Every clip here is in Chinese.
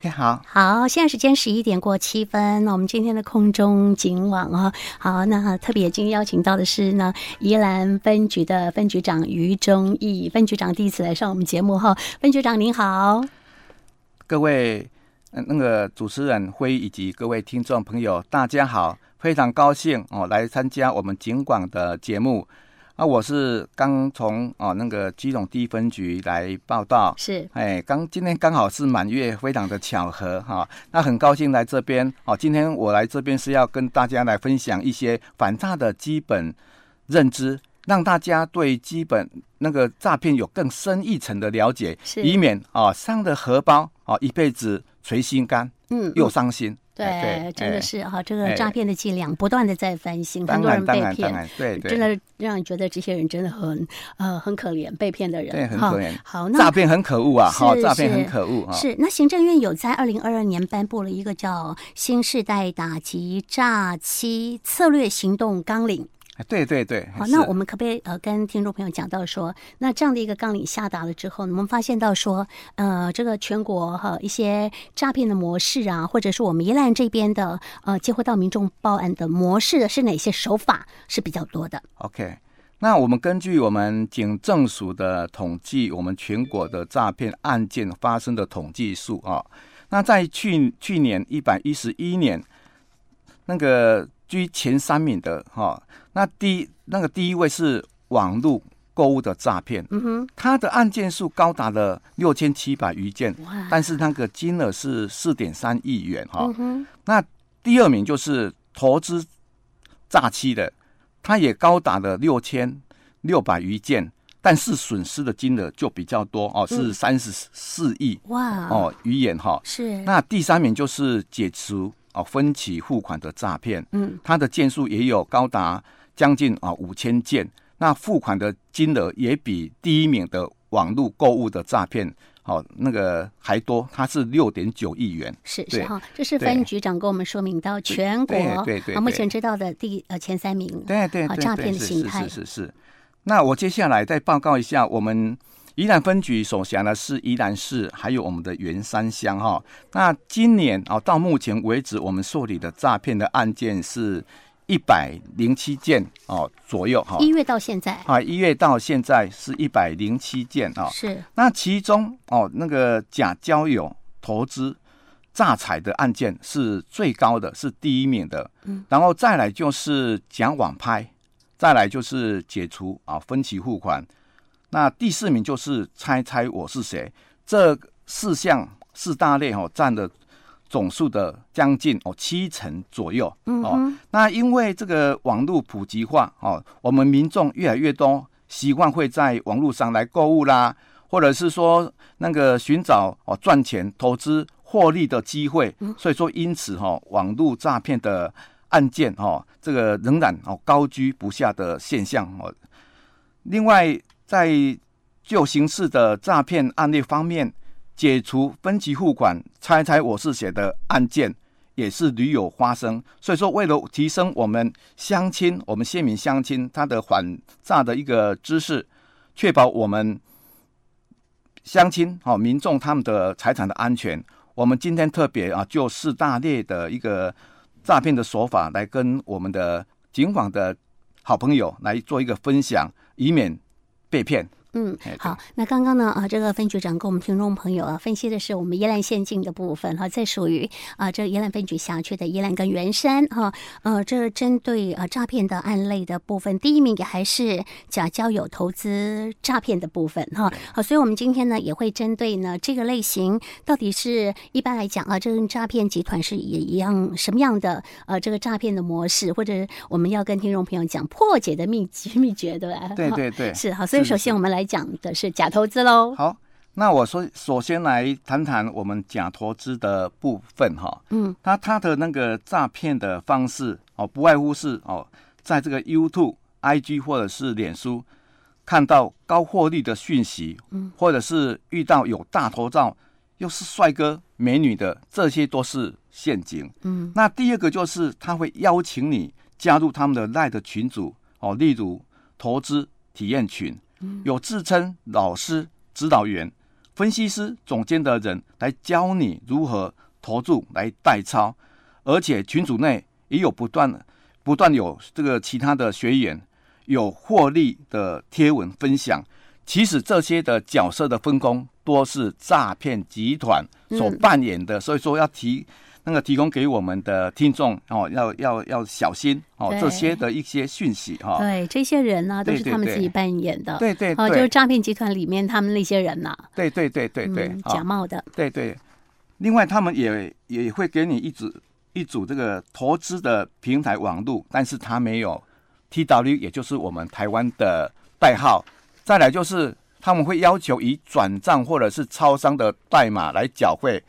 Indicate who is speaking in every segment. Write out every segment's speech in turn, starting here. Speaker 1: OK，好，
Speaker 2: 好，现在时间十一点过七分，那我们今天的空中警网哦，好，那特别今天邀请到的是呢宜兰分局的分局长于忠义，分局长第一次来上我们节目哈，分局长您好，
Speaker 1: 各位呃那个主持人辉以及各位听众朋友，大家好，非常高兴哦来参加我们警广的节目。啊，我是刚从哦那个基隆第一分局来报道，
Speaker 2: 是
Speaker 1: 哎，刚今天刚好是满月，非常的巧合哈、那很高兴来这边哦。今天我来这边是要跟大家来分享一些反诈的基本认知，让大家对基本那个诈骗有更深一层的了解，
Speaker 2: 是
Speaker 1: 以免哦伤了荷包哦一辈子捶心肝
Speaker 2: 嗯
Speaker 1: 又伤心。哎
Speaker 2: 对，真的。是哈，这个
Speaker 1: 哎
Speaker 2: 诈骗的伎俩不断的在翻新，
Speaker 1: 哎当
Speaker 2: 很多人
Speaker 1: 然，当
Speaker 2: 被
Speaker 1: 然，当
Speaker 2: 骗，
Speaker 1: 然，对对，
Speaker 2: 真的让你觉得这些人真的很呃很可怜，被骗的人
Speaker 1: 对很
Speaker 2: 哈
Speaker 1: 可怜
Speaker 2: 好，
Speaker 1: 诈
Speaker 2: 那
Speaker 1: 骗很可恶啊！哈，
Speaker 2: 是
Speaker 1: 诈骗很
Speaker 2: 是
Speaker 1: 可恶啊！
Speaker 2: 是，那行政院有在二零二二年颁布了一个叫《新时代打击诈欺策略行动纲领》。
Speaker 1: 哎对对对。
Speaker 2: 好，
Speaker 1: 是
Speaker 2: 那我们可不可以呃跟听众朋友讲到说，那这样的一个纲领下达了之后，我们发现到说，呃，这个全国哈、一些诈骗的模式啊，或者是我们宜兰这边的呃接获到民众报案的模式是哪些手法是比较多的？
Speaker 1: OK，那我们根据我们警政署的统计，我们全国的诈骗案件发生的统计数啊、那在去去年一百一十一年，那个居前三名的哈、那第那个第一位是网络购物的诈骗，
Speaker 2: 嗯哼，
Speaker 1: 它的案件数高达了六千七百余件，
Speaker 2: 哇，
Speaker 1: 但是那个金额是四点三亿元哈、
Speaker 2: 嗯哼，
Speaker 1: 那第二名就是投资诈欺的，它也高达了六千六百余件，但是损失的金额就比较多哦，是三十四亿
Speaker 2: 哇，，
Speaker 1: 哦余元哈、
Speaker 2: 是，
Speaker 1: 那第三名就是解除哦分期付款的诈骗，
Speaker 2: 嗯，
Speaker 1: 它的件数也有高达将近啊五千件，那付款的金额也比第一名的网络购物的诈骗哦那个还多，它是六点九亿元。
Speaker 2: 是是
Speaker 1: 对
Speaker 2: 哈，这是
Speaker 1: 对
Speaker 2: 分局长跟我们说明到全国
Speaker 1: 对对对
Speaker 2: 啊，目
Speaker 1: 对
Speaker 2: 前知道的第呃前三名，
Speaker 1: 对对
Speaker 2: 好
Speaker 1: 对，
Speaker 2: 啊诈
Speaker 1: 对
Speaker 2: 骗的
Speaker 1: 是
Speaker 2: 形
Speaker 1: 是是
Speaker 2: 态
Speaker 1: 是是。那我接下来再报告一下，我们宜兰分局所辖的是宜兰市，还有我们的员山乡哈、那今年哦，到目前为止，我们受理的诈骗的案件是一百零七件哦左右哈
Speaker 2: 一、。月到现在、
Speaker 1: 啊，一月到现在是一百零七件哦。
Speaker 2: 是
Speaker 1: 那其中哦，那个假交友、投资、诈财的案件是最高的，是第一名的。嗯，然后再来就是假网拍，再来就是解除啊分期付款。那第四名就是猜猜我是谁，这四项四大类哦，占了总数的将近哦七成左右。
Speaker 2: 嗯
Speaker 1: 哦，那因为这个网络普及化哦，我们民众越来越多习惯会在网络上来购物啦，或者是说那个寻找哦赚钱、投资、获利的机会，所以说因此哈、哦，网络诈骗的案件哦，这个仍然哦高居不下的现象哦。另外，在旧形式的诈骗案例方面，解除分期付款、猜猜我是谁的案件也是屡有发生。所以说，为了提升我们乡亲、我们县民乡亲他的反诈的一个知识，确保我们乡亲、好、民众他们的财产的安全，我们今天特别啊，就四大类的一个诈骗的手法来跟我们的警网的好朋友来做一个分享，以免被骗。哎
Speaker 2: 嗯
Speaker 1: 对，
Speaker 2: 好，那刚刚呢啊，这个分局长跟我们听众朋友啊分析的是我们宜兰县境的部分哈、这属于啊这宜兰分局辖区的宜兰跟员山哈、呃，这针对啊诈骗的案类的部分，第一名也还是假交友投资诈骗的部分哈、好、所以我们今天呢也会针对呢这个类型到底是一般来讲啊，这跟诈骗集团是也一样什么样的呃这个诈骗的模式，或者我们要跟听众朋友讲破解的秘籍秘诀对吧？
Speaker 1: 对
Speaker 2: 哈
Speaker 1: 对对，
Speaker 2: 是好，所以
Speaker 1: 是
Speaker 2: 首
Speaker 1: 是
Speaker 2: 先我们来讲的是假投资喽。
Speaker 1: 好，那我说首先来谈谈我们假投资的部分哈。
Speaker 2: 嗯，
Speaker 1: 那它的那个诈骗的方式哦，不外乎是哦，在这个 YouTube、IG 或者是脸书看到高获利的讯息，嗯，或者是遇到有大头照又是帅哥美女的，这些都是陷阱。
Speaker 2: 嗯，
Speaker 1: 那第二个就是他会邀请你加入他们的赖的群组哦，例如投资体验群，有自称老师、指导员分析师、总监的人来教你如何投注来代操，而且群组内也有不断不断有这个其他的学员有获利的贴文分享。其实这些的角色的分工多是诈骗集团所扮演的，所以说要提那个提供给我们的听众哦，要要要小心哦
Speaker 2: 对
Speaker 1: 这些的一些讯息哈、哦。
Speaker 2: 对，这些人呢、都
Speaker 1: 对
Speaker 2: 是
Speaker 1: 对
Speaker 2: 他们
Speaker 1: 对
Speaker 2: 自己扮演的。
Speaker 1: 对对
Speaker 2: 哦，就是
Speaker 1: 对
Speaker 2: 诈骗集团里面他们那些人呐、
Speaker 1: 对对对对对
Speaker 2: 嗯，，
Speaker 1: 哦
Speaker 2: 假冒的，
Speaker 1: 对对，另外他们也也会给你一组一组这个投资的平台网路，但是它没有 TW，也就是我们台湾的代号。再来就是他们会要求以转账或者是超商的代码来缴费，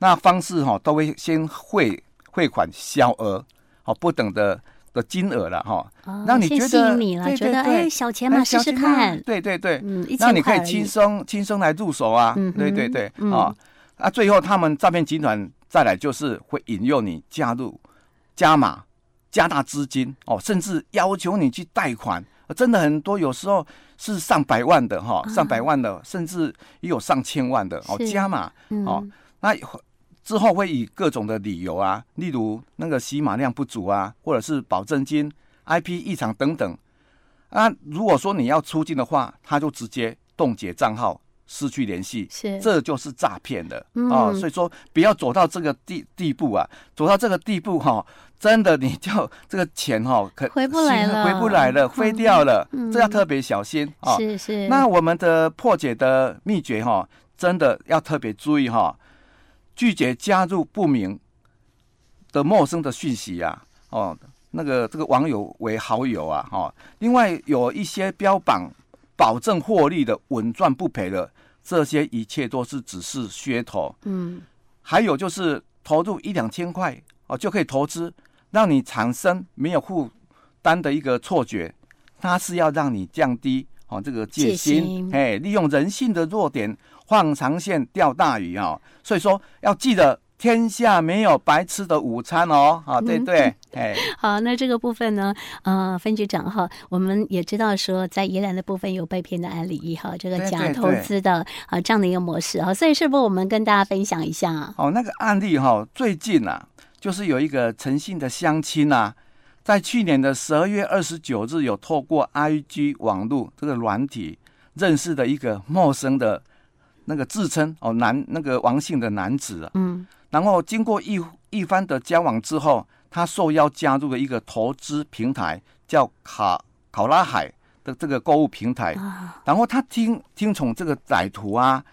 Speaker 1: 那方式哈、都会先汇汇款小额，好、不等的的金额了哈、
Speaker 2: 哦、
Speaker 1: 让你
Speaker 2: 先
Speaker 1: 觉
Speaker 2: 吸
Speaker 1: 得
Speaker 2: 引你了，
Speaker 1: 对
Speaker 2: 觉
Speaker 1: 对
Speaker 2: 得
Speaker 1: 对
Speaker 2: 哎小钱嘛
Speaker 1: 哎
Speaker 2: 试
Speaker 1: 小
Speaker 2: 试
Speaker 1: 心啊
Speaker 2: 看，
Speaker 1: 对对对，
Speaker 2: 嗯，一
Speaker 1: 那
Speaker 2: 千
Speaker 1: 你可
Speaker 2: 块
Speaker 1: 以
Speaker 2: 而已
Speaker 1: 轻松轻松来入手啊，
Speaker 2: 嗯哼
Speaker 1: 对对对，啊、
Speaker 2: 嗯
Speaker 1: 啊，最后他们诈骗集团再来就是会引诱你加入加码、加大资金哦，甚至要求你去贷款，呃真的很多，有时候是上百万的哈、
Speaker 2: 啊
Speaker 1: 上百万的，甚至也有上千万的哦
Speaker 2: 是，
Speaker 1: 加码
Speaker 2: 嗯
Speaker 1: 哦那之后会以各种的理由啊，例如那个洗码量不足啊，或者是保证金、IP 异常等等。啊，如果说你要出境的话，他就直接冻结账号，失去联系，
Speaker 2: 是
Speaker 1: 这就是诈骗的
Speaker 2: 嗯
Speaker 1: 哦。所以说，不要走到这个地地步啊，走到这个地步哈、真的你就 这个钱哈、可
Speaker 2: 回不来了
Speaker 1: 回不来了，飞掉了，
Speaker 2: 嗯
Speaker 1: 这要特别小心啊。
Speaker 2: 是是，
Speaker 1: 那我们的破解的秘诀哈、真的要特别注意哈、拒绝加入不明的陌生的讯息啊，哦，那个这个网友为好友啊，哦，另外有一些标榜保证获利的稳赚不赔的，这些一切都是只是噱头。
Speaker 2: 嗯
Speaker 1: 还有就是投入一两千块哦就可以投资，让你产生没有负担的一个错觉，它是要让你降低哦这个戒
Speaker 2: 戒
Speaker 1: 心
Speaker 2: 心，
Speaker 1: 哎，利用人性的弱点放长线钓大鱼啊、哦，所以说要记得。天下没有白吃的午餐哦，啊，对对，哎，
Speaker 2: 好，那这个部分呢，呃，分局长哈，我们也知道说在宜兰的部分有被骗的案例哈，这个
Speaker 1: 对
Speaker 2: 假
Speaker 1: 对
Speaker 2: 投
Speaker 1: 对
Speaker 2: 资的啊这样的一个模式哈，所以是不是我们跟大家分享一下啊？
Speaker 1: 哦，那个案例哈、最近啊，就是有一个诚信的相亲啊，在去年的十二月二十九日，有透过 IG 网络这个软体认识的一个陌生的那个自称哦男那个王姓的男子啊，
Speaker 2: 嗯，
Speaker 1: 然后经过一一番的交往之后，他受邀加入了一个投资平台，叫卡考拉海的这个购物平台，
Speaker 2: 啊，
Speaker 1: 然后他听听从这个歹徒啊，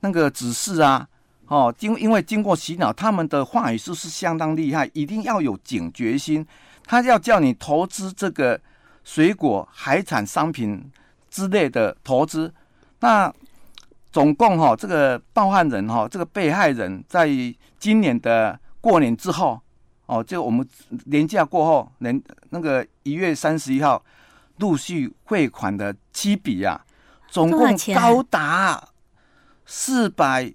Speaker 1: 那个指示啊，哦，经因为经过洗脑，他们的话语术是相当厉害，一定要有警觉心。他要叫你投资这个水果、海产商品之类的投资，那总共哈、这个报案人哈、这个被害人在今年的过年之后，哦，就我们年假过后，年那个一月三十一号，陆续汇款的七笔啊，总
Speaker 2: 多
Speaker 1: 共
Speaker 2: 少钱啊
Speaker 1: 高达四百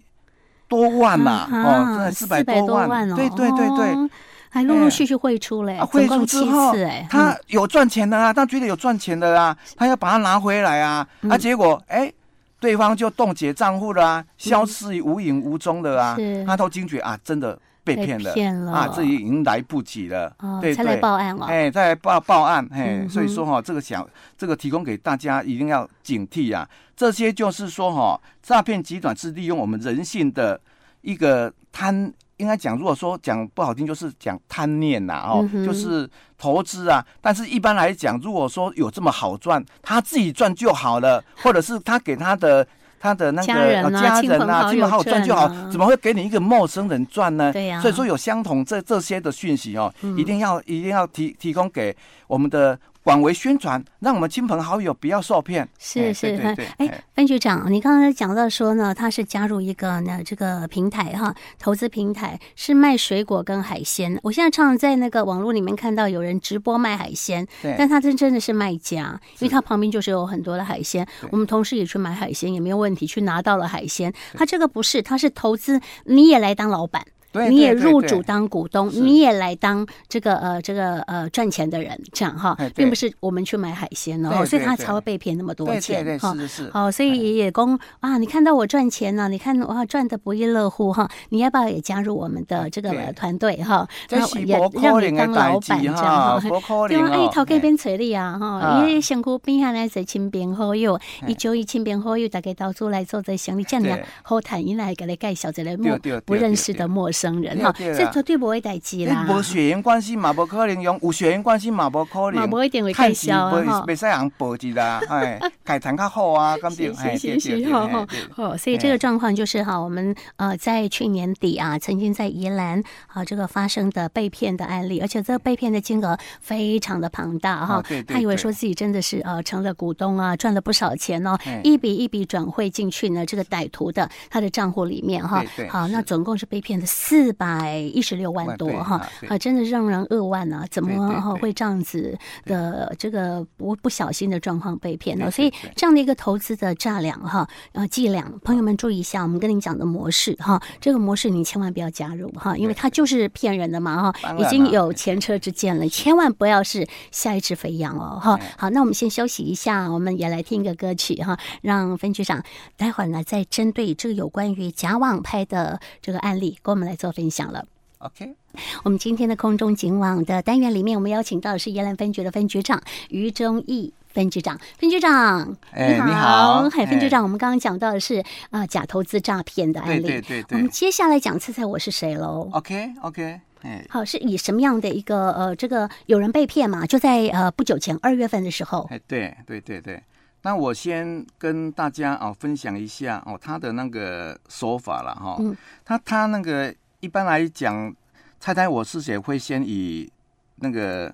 Speaker 1: 多万呐、
Speaker 2: 啊
Speaker 1: 哦，真的四百
Speaker 2: 多
Speaker 1: 多万，
Speaker 2: 哦，
Speaker 1: 对对对对。
Speaker 2: 哦，还陆陆续续汇出嘞
Speaker 1: 啊，，
Speaker 2: 总
Speaker 1: 汇
Speaker 2: 共
Speaker 1: 出之
Speaker 2: 七
Speaker 1: 后
Speaker 2: 次哎，，
Speaker 1: 他有赚钱的啊，他觉得有赚钱的啊，他要把它拿回来啊，啊，
Speaker 2: 嗯
Speaker 1: 结果哎、对方就冻结账户了啊，消失于无影无踪了啊
Speaker 2: 是，
Speaker 1: 他都惊觉啊，真的被
Speaker 2: 被
Speaker 1: 骗了
Speaker 2: 骗了
Speaker 1: 啊，这已经来不及了
Speaker 2: 哦，，
Speaker 1: 对
Speaker 2: 才来
Speaker 1: 对。
Speaker 2: 报案哦，
Speaker 1: 哎，再来报报案，哎
Speaker 2: 嗯，哼
Speaker 1: 所以说哈、这个想这个提供给大家一定要警惕啊。这些就是说哈、诈骗集团是利用我们人性的一个贪，应该讲，如果说讲不好听，就是讲贪念呐、哦，
Speaker 2: 嗯哼
Speaker 1: 就是投资啊。但是一般来讲，如果说有这么好赚，他自己赚就好了，或者是他给他的。他的那个
Speaker 2: 家人
Speaker 1: 呃
Speaker 2: 啊
Speaker 1: 家
Speaker 2: 亲
Speaker 1: 人
Speaker 2: 朋好
Speaker 1: 啊，亲
Speaker 2: 友
Speaker 1: 朋好友赚就好
Speaker 2: 赚啊，
Speaker 1: 怎么会给你一个陌生人赚呢？
Speaker 2: 对呀
Speaker 1: 所以说有相同这这些的讯息哦，一定要一定要提提供给我们的广为宣传，让我们亲朋好友不要受骗。
Speaker 2: 是
Speaker 1: 哎
Speaker 2: 是
Speaker 1: 对对对，
Speaker 2: 哎
Speaker 1: 哎，
Speaker 2: 分局长，你刚才讲到说呢，他是加入一个呢这个平台哈，投资平台是卖水果跟海鲜。我现在常常在那个网络里面看到有人直播卖海鲜，
Speaker 1: 对
Speaker 2: 但他真真的是卖家，因为
Speaker 1: 是
Speaker 2: 他旁边就是有很多的海鲜。
Speaker 1: 对
Speaker 2: 我们同事也去买海鲜，也没有问题，去拿到了海鲜。他这个不是，他是投资，你也来当老板。
Speaker 1: 对
Speaker 2: 你也
Speaker 1: 对对
Speaker 2: 入
Speaker 1: 对
Speaker 2: 主当股东，
Speaker 1: 是
Speaker 2: 你也来当这个呃这个呃赚钱的人，这样哈
Speaker 1: 哎，对
Speaker 2: 并不是我们去买海鲜
Speaker 1: 对
Speaker 2: 哦，
Speaker 1: 对
Speaker 2: 所以他
Speaker 1: 对
Speaker 2: 才会被骗那么多
Speaker 1: 对对
Speaker 2: 钱
Speaker 1: 对，
Speaker 2: 哈
Speaker 1: 是。是哎是，
Speaker 2: 哦，所以爷爷公啊，你看到我赚钱了、你看哇赚的不亦乐乎哈，你要不要也加入我们的这个
Speaker 1: 对
Speaker 2: 呃团队哈？
Speaker 1: 这
Speaker 2: 那
Speaker 1: 是
Speaker 2: 也
Speaker 1: 不
Speaker 2: 让
Speaker 1: 可
Speaker 2: 你
Speaker 1: 能
Speaker 2: 当
Speaker 1: 的代
Speaker 2: 老板这
Speaker 1: 志
Speaker 2: 样哈
Speaker 1: 哈，。不可
Speaker 2: 对
Speaker 1: 能
Speaker 2: 啊，啊，伊
Speaker 1: 哦。
Speaker 2: 头家
Speaker 1: 嘿
Speaker 2: 边找你啊，吼，
Speaker 1: 啊
Speaker 2: 伊身躯边下来是亲朋好友，伊
Speaker 1: 嘿
Speaker 2: 招伊亲朋好友，大家到处来做这生意，这样
Speaker 1: 对
Speaker 2: 好谈，伊来给你介绍一个陌
Speaker 1: 对对对
Speaker 2: 不认识的陌生人
Speaker 1: 对
Speaker 2: 哈，
Speaker 1: 对
Speaker 2: 这
Speaker 1: 啦
Speaker 2: 绝对不会代志啦
Speaker 1: 你，无血缘关系嘛，无可能用；有血缘关系嘛，无可
Speaker 2: 嘛
Speaker 1: 能。
Speaker 2: 不一定会介
Speaker 1: 趁钱
Speaker 2: 绍
Speaker 1: 袂
Speaker 2: 啊，哈。
Speaker 1: 袂使人报一啦，哎，家谈较好啊，咁对，哎，
Speaker 2: 是
Speaker 1: 对
Speaker 2: 是
Speaker 1: 对
Speaker 2: 是
Speaker 1: 对，
Speaker 2: 是，吼
Speaker 1: 嘿
Speaker 2: 吼
Speaker 1: 对哎
Speaker 2: 吼，所以这个状况就是哈，我们呃在去年底啊，曾经在宜兰啊这个发生的被骗的案例，而且这个被骗的金额非常的庞大哈
Speaker 1: 啊对，对
Speaker 2: 他以为
Speaker 1: 对
Speaker 2: 说自己真的是呃成了股东啊，赚了不少钱哦
Speaker 1: 哎，
Speaker 2: 一笔一笔转汇进去呢这个歹徒的他的账户里面哈
Speaker 1: 对，对
Speaker 2: 好，那
Speaker 1: 是
Speaker 2: 总共是被骗了四百一十六万
Speaker 1: 万
Speaker 2: 多
Speaker 1: 对
Speaker 2: 哈
Speaker 1: 啊，对
Speaker 2: 啊真的让人扼腕啊，怎
Speaker 1: 对
Speaker 2: 么
Speaker 1: 对
Speaker 2: 哈
Speaker 1: 对
Speaker 2: 会这样子的这个不不小心的状况被骗呢？
Speaker 1: 对
Speaker 2: 所以
Speaker 1: 对对
Speaker 2: 这样的一个投资的炸两哈，呃伎俩，朋友们注意一下，我们跟你讲的模式哈，这个模式你千万不要加入哈，因为它就是骗人的嘛哈，
Speaker 1: 当
Speaker 2: 已
Speaker 1: 然
Speaker 2: 经
Speaker 1: 啦
Speaker 2: 有前车之鉴了，千万不要是下一只肥羊哦哈
Speaker 1: 哎。
Speaker 2: 好，那我们先休息一下，我们也来听一个歌曲哈，让分局长待会儿呢再针对这个有关于假网拍的这个案例，跟我们来做分享了。
Speaker 1: ，OK。
Speaker 2: 我们今天的空中警网的单元里面，我们邀请到的是宜兰分局的分局长于忠义。分局长，分局长，
Speaker 1: 哎
Speaker 2: 你
Speaker 1: 你好
Speaker 2: 嗨，分局
Speaker 1: 哎
Speaker 2: 长，我们刚刚讲到的是啊、呃假投资诈骗的案
Speaker 1: 对
Speaker 2: 例，
Speaker 1: 对对
Speaker 2: 我们
Speaker 1: 对
Speaker 2: 接下来讲猜猜我是谁喽。
Speaker 1: ，OK OK，哎，
Speaker 2: 好，是以什么样的一个呃，这个有人被骗嘛？就在呃不久前二月份的时候，
Speaker 1: 哎，对对对对，那我先跟大家哦分享一下哦他的那个手法了哈、
Speaker 2: 嗯
Speaker 1: 他他那个一般来讲，猜猜我是谁会先以那个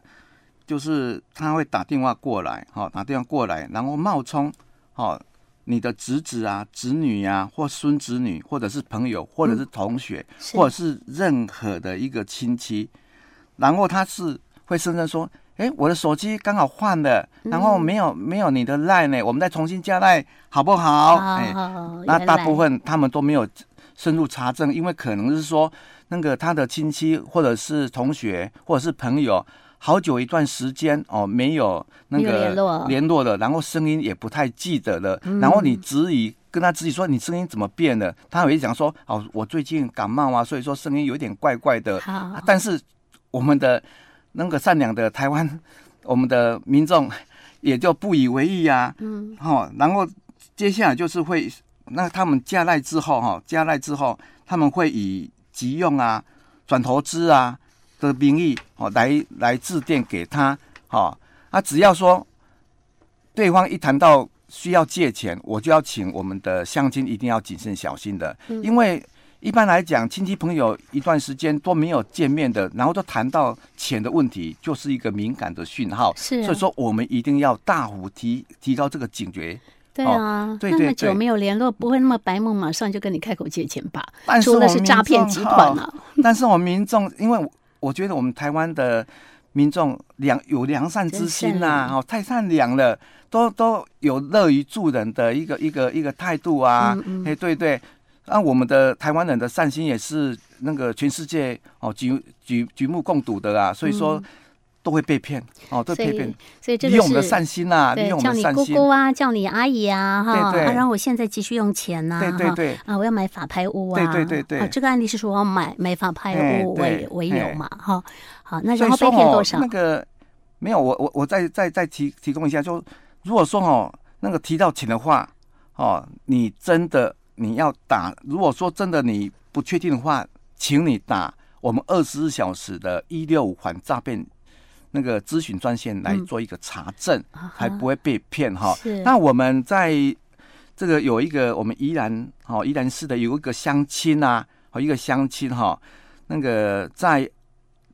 Speaker 1: 就是他会打电话过来，哈、打电话过来，然后冒充哦你的侄子啊、侄女啊，或孙子女，或者是朋友，或
Speaker 2: 嗯
Speaker 1: 者是同学，
Speaker 2: 是
Speaker 1: 或者是任何的一个亲戚，然后他是会声称说：“哎，我的手机刚好换了，然后没有没有你的 line 呢，我们再重新加 line 好不好？”哎，
Speaker 2: 哦
Speaker 1: 那
Speaker 2: 原
Speaker 1: 大
Speaker 2: 来
Speaker 1: 部分他们都没有深入查证，因为可能是说那个他的亲戚或者是同学或者是朋友，好久一段时间哦没有那
Speaker 2: 没有联络嗯
Speaker 1: 个联络了，然后声音也不太记得了，然后你质疑。跟他质疑说你声音怎么变了？他会讲说哦，我最近感冒啊，所以说声音有点怪怪的。
Speaker 2: 好
Speaker 1: 啊，但是我们的那个善良的台湾，我们的民众也就不以为意啊。嗯，好、然后接下来就是会，那他们加赖之后哈、加赖之后，他们会以急用啊、转投资啊的名义哦来来致电给他，哦，啊，只要说对方一谈到。需要借钱，我就要请我们的乡亲一定要谨慎小心的，因为一般来讲，亲戚朋友一段时间都没有见面的，然后都谈到钱的问题，就是一个敏感的讯号。
Speaker 2: 是啊
Speaker 1: 所以说我们一定要大幅提提高这个警觉。
Speaker 2: 对
Speaker 1: 哦
Speaker 2: 啊，
Speaker 1: 对
Speaker 2: 那
Speaker 1: 对
Speaker 2: 么久
Speaker 1: 对
Speaker 2: 没有联络，不会那么白目，马上就跟你开口借钱吧？
Speaker 1: 但是
Speaker 2: 除了
Speaker 1: 我
Speaker 2: 是
Speaker 1: 们
Speaker 2: 诈骗
Speaker 1: 民
Speaker 2: 集
Speaker 1: 众哦
Speaker 2: 团
Speaker 1: 哈
Speaker 2: 啊，
Speaker 1: 但是我们民众，因为我我觉得我们台湾的民众良有良善之心
Speaker 2: 真善
Speaker 1: 呐、哦，太善良了，都都有乐于助人的一个一个一个态度啊，哎、
Speaker 2: 嗯
Speaker 1: 对对，那、我们的台湾人的善心也是那个全世界哦举举举目共睹的啊，所以说都会被骗哦，都
Speaker 2: 嗯所
Speaker 1: 被骗
Speaker 2: 以，所以这
Speaker 1: 利
Speaker 2: 个
Speaker 1: 用我们的
Speaker 2: 是。
Speaker 1: 善心呐、利
Speaker 2: 对，
Speaker 1: 用我
Speaker 2: 叫
Speaker 1: 们的
Speaker 2: 你
Speaker 1: 善
Speaker 2: 姑
Speaker 1: 心，
Speaker 2: 姑啊，叫你阿姨啊，哈，
Speaker 1: 对对
Speaker 2: 啊然后我现在急需用钱呐、
Speaker 1: 对
Speaker 2: 哈，
Speaker 1: 对对
Speaker 2: 啊，我要买法拍屋啊，
Speaker 1: 对对对对
Speaker 2: 啊，这个案例是说买买法拍屋
Speaker 1: 哎
Speaker 2: 为
Speaker 1: 对
Speaker 2: 为由
Speaker 1: 哎
Speaker 2: 嘛，哈，好，那
Speaker 1: 所
Speaker 2: 然
Speaker 1: 以
Speaker 2: 后被
Speaker 1: 说
Speaker 2: 骗多
Speaker 1: 哦，
Speaker 2: 少
Speaker 1: 那？个没有，我我我再再再提提供一下，就如果说哦，那个提到钱的话，哦，你真的你要打，如果说真的你不确定的话，请你打我们二十四小时的一六五反诈骗那个咨询专线来
Speaker 2: 嗯
Speaker 1: 做一个查证，
Speaker 2: 啊哈
Speaker 1: 还不会被骗哈、
Speaker 2: 是
Speaker 1: 那我们在这个有一个我们宜兰哦，宜兰市的有一个乡亲啊，哦，一个乡亲哈，那个在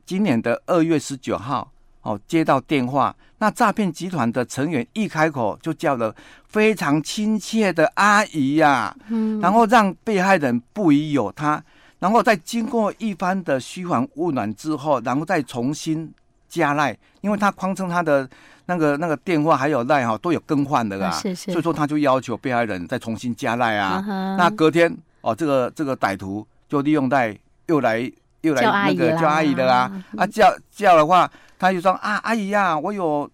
Speaker 1: 今年的二月十九号哦接到电话，那诈骗集团的成员一开口就叫了非常亲切的阿姨啊呀、
Speaker 2: 嗯，
Speaker 1: 然后让被害人不疑有他，然后再经过一番的嘘寒问暖之后，然后再重新加赖，因为他谎称他的那个那个电话还有赖哈都有更换的啦、
Speaker 2: 啊是是
Speaker 1: 所以说他就要求被害人再重新加赖啊。
Speaker 2: 哈
Speaker 1: 那隔天哦，这个这个歹徒就利用在又来又来
Speaker 2: 叫阿
Speaker 1: 那
Speaker 2: 姨
Speaker 1: 个
Speaker 2: 啦嗯
Speaker 1: 叫阿姨的啦，啊叫叫的话，他就说啊阿姨呀、我有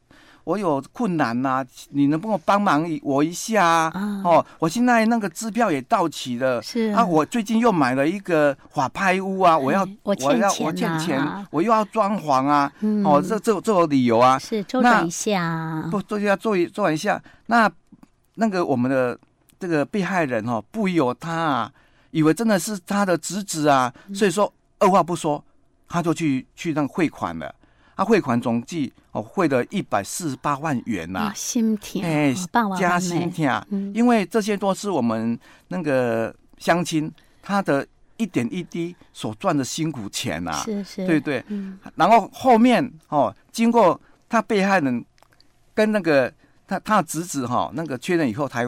Speaker 1: 我有困难呐、你能不能帮忙一我一下啊？
Speaker 2: 啊
Speaker 1: 哦，我现在那个支票也到期了。
Speaker 2: 是
Speaker 1: 啊，我最近又买了一个法拍屋啊，我要
Speaker 2: 哎我
Speaker 1: 我
Speaker 2: 欠
Speaker 1: 要
Speaker 2: 钱
Speaker 1: 我欠
Speaker 2: 呐
Speaker 1: 钱，我又要装潢啊，哦，
Speaker 2: 嗯
Speaker 1: 这这这有理由啊，
Speaker 2: 是周
Speaker 1: 那
Speaker 2: 转一下，
Speaker 1: 不，做一下做一做一下。那那个我们的这个被害人哦，不由他啊，以为真的是他的侄子啊，
Speaker 2: 嗯
Speaker 1: 所以说二话不说，他就去去那个汇款了。啊，汇款总计哦汇了一百四十八万元呐、
Speaker 2: 啊，心疼，
Speaker 1: 哎
Speaker 2: 哦爸爸妈
Speaker 1: 加
Speaker 2: 妈
Speaker 1: 薪
Speaker 2: 呢
Speaker 1: 天，
Speaker 2: 嗯
Speaker 1: 因为这些都是我们那个乡亲他的一点一滴所赚的辛苦钱呐、
Speaker 2: 是是，
Speaker 1: 啊对对。
Speaker 2: 嗯，
Speaker 1: 然后后面哦，经过他被害人跟那个他他的侄子哈、那个确认以后，才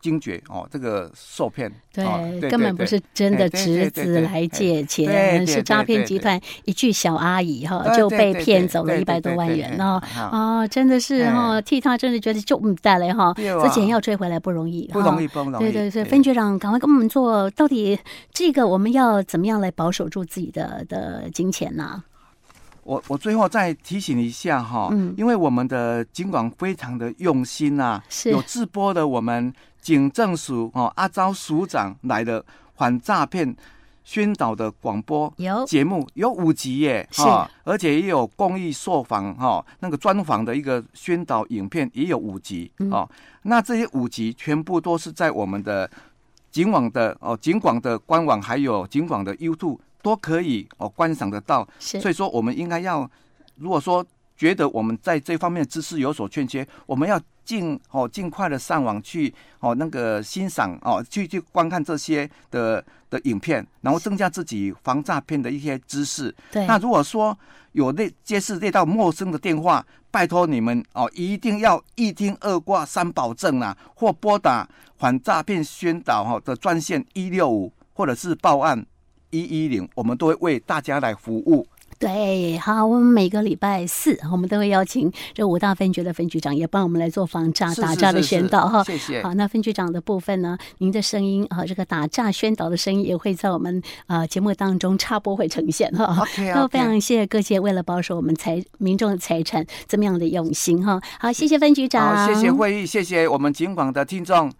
Speaker 1: 惊觉哦，这个受骗，哦
Speaker 2: 对，
Speaker 1: 对
Speaker 2: 根本不是真的
Speaker 1: 哎对对
Speaker 2: 侄
Speaker 1: 对
Speaker 2: 子
Speaker 1: 对
Speaker 2: 来借
Speaker 1: 对
Speaker 2: 钱，
Speaker 1: 对
Speaker 2: 是
Speaker 1: 对
Speaker 2: 诈骗
Speaker 1: 对
Speaker 2: 集
Speaker 1: 对
Speaker 2: 团一句小阿姨哈
Speaker 1: 对
Speaker 2: 就
Speaker 1: 对
Speaker 2: 被
Speaker 1: 对
Speaker 2: 骗
Speaker 1: 对
Speaker 2: 走了
Speaker 1: 对
Speaker 2: 一百
Speaker 1: 对
Speaker 2: 多万
Speaker 1: 对
Speaker 2: 元
Speaker 1: 对
Speaker 2: 哦。
Speaker 1: 哈
Speaker 2: 哦，真的是哈，
Speaker 1: 啊哎
Speaker 2: 替他真的觉得就嗯带来哈，
Speaker 1: 对
Speaker 2: 这钱
Speaker 1: 哇
Speaker 2: 要追回来不容易，
Speaker 1: 不容
Speaker 2: 哈
Speaker 1: 易，。不容易。
Speaker 2: 对对对，分局长，赶快跟我们做，到底这个我们要怎么样来保守住自己的的金钱呢？
Speaker 1: 我我最后再提醒一下哈、
Speaker 2: 嗯
Speaker 1: 因为我们的警管非常的用心啊，
Speaker 2: 是
Speaker 1: 有直播的我们警政署哦阿昭署长来的反诈骗宣导的广播
Speaker 2: 有
Speaker 1: 节目有五集耶，
Speaker 2: 是
Speaker 1: 哈而且也有公益受访哈、那个专访的一个宣导影片也有五集哦。那这些五集全部都是在我们的警网的哦，警广的官网还有警广的 YouTube 都可以哦观赏得到。
Speaker 2: 是
Speaker 1: 所以说，我们应该要，如果说觉得我们在这方面的知识有所欠缺，我们要尽哦尽快的上网去哦那个欣赏哦去去观看这些的的影片，然后增加自己防诈骗的一些知识。
Speaker 2: 对，
Speaker 1: 那如果说有类接是接到陌生的电话，拜托你们哦，一定要一听二挂三保证啊，或拨打反诈骗宣导哈的专线一六五，或者是报案一一零，我们都会为大家来服务。
Speaker 2: 对，好，我们每个礼拜四，我们都会邀请这五大分局的分局长，也帮我们来做防诈、
Speaker 1: 是
Speaker 2: 打
Speaker 1: 是
Speaker 2: 诈的
Speaker 1: 是
Speaker 2: 宣
Speaker 1: 是
Speaker 2: 导哈。
Speaker 1: 谢谢
Speaker 2: 好，那分局长的部分呢，您的声音啊，这个打诈宣导的声音也会在我们呃节目当中插播会呈现哈。
Speaker 1: OK，OK
Speaker 2: 那非常谢谢各界为了保守我们财民众的财产这么样的用心哈。好，谢谢分局长，
Speaker 1: 好，谢谢会议，谢谢我们警广的听众，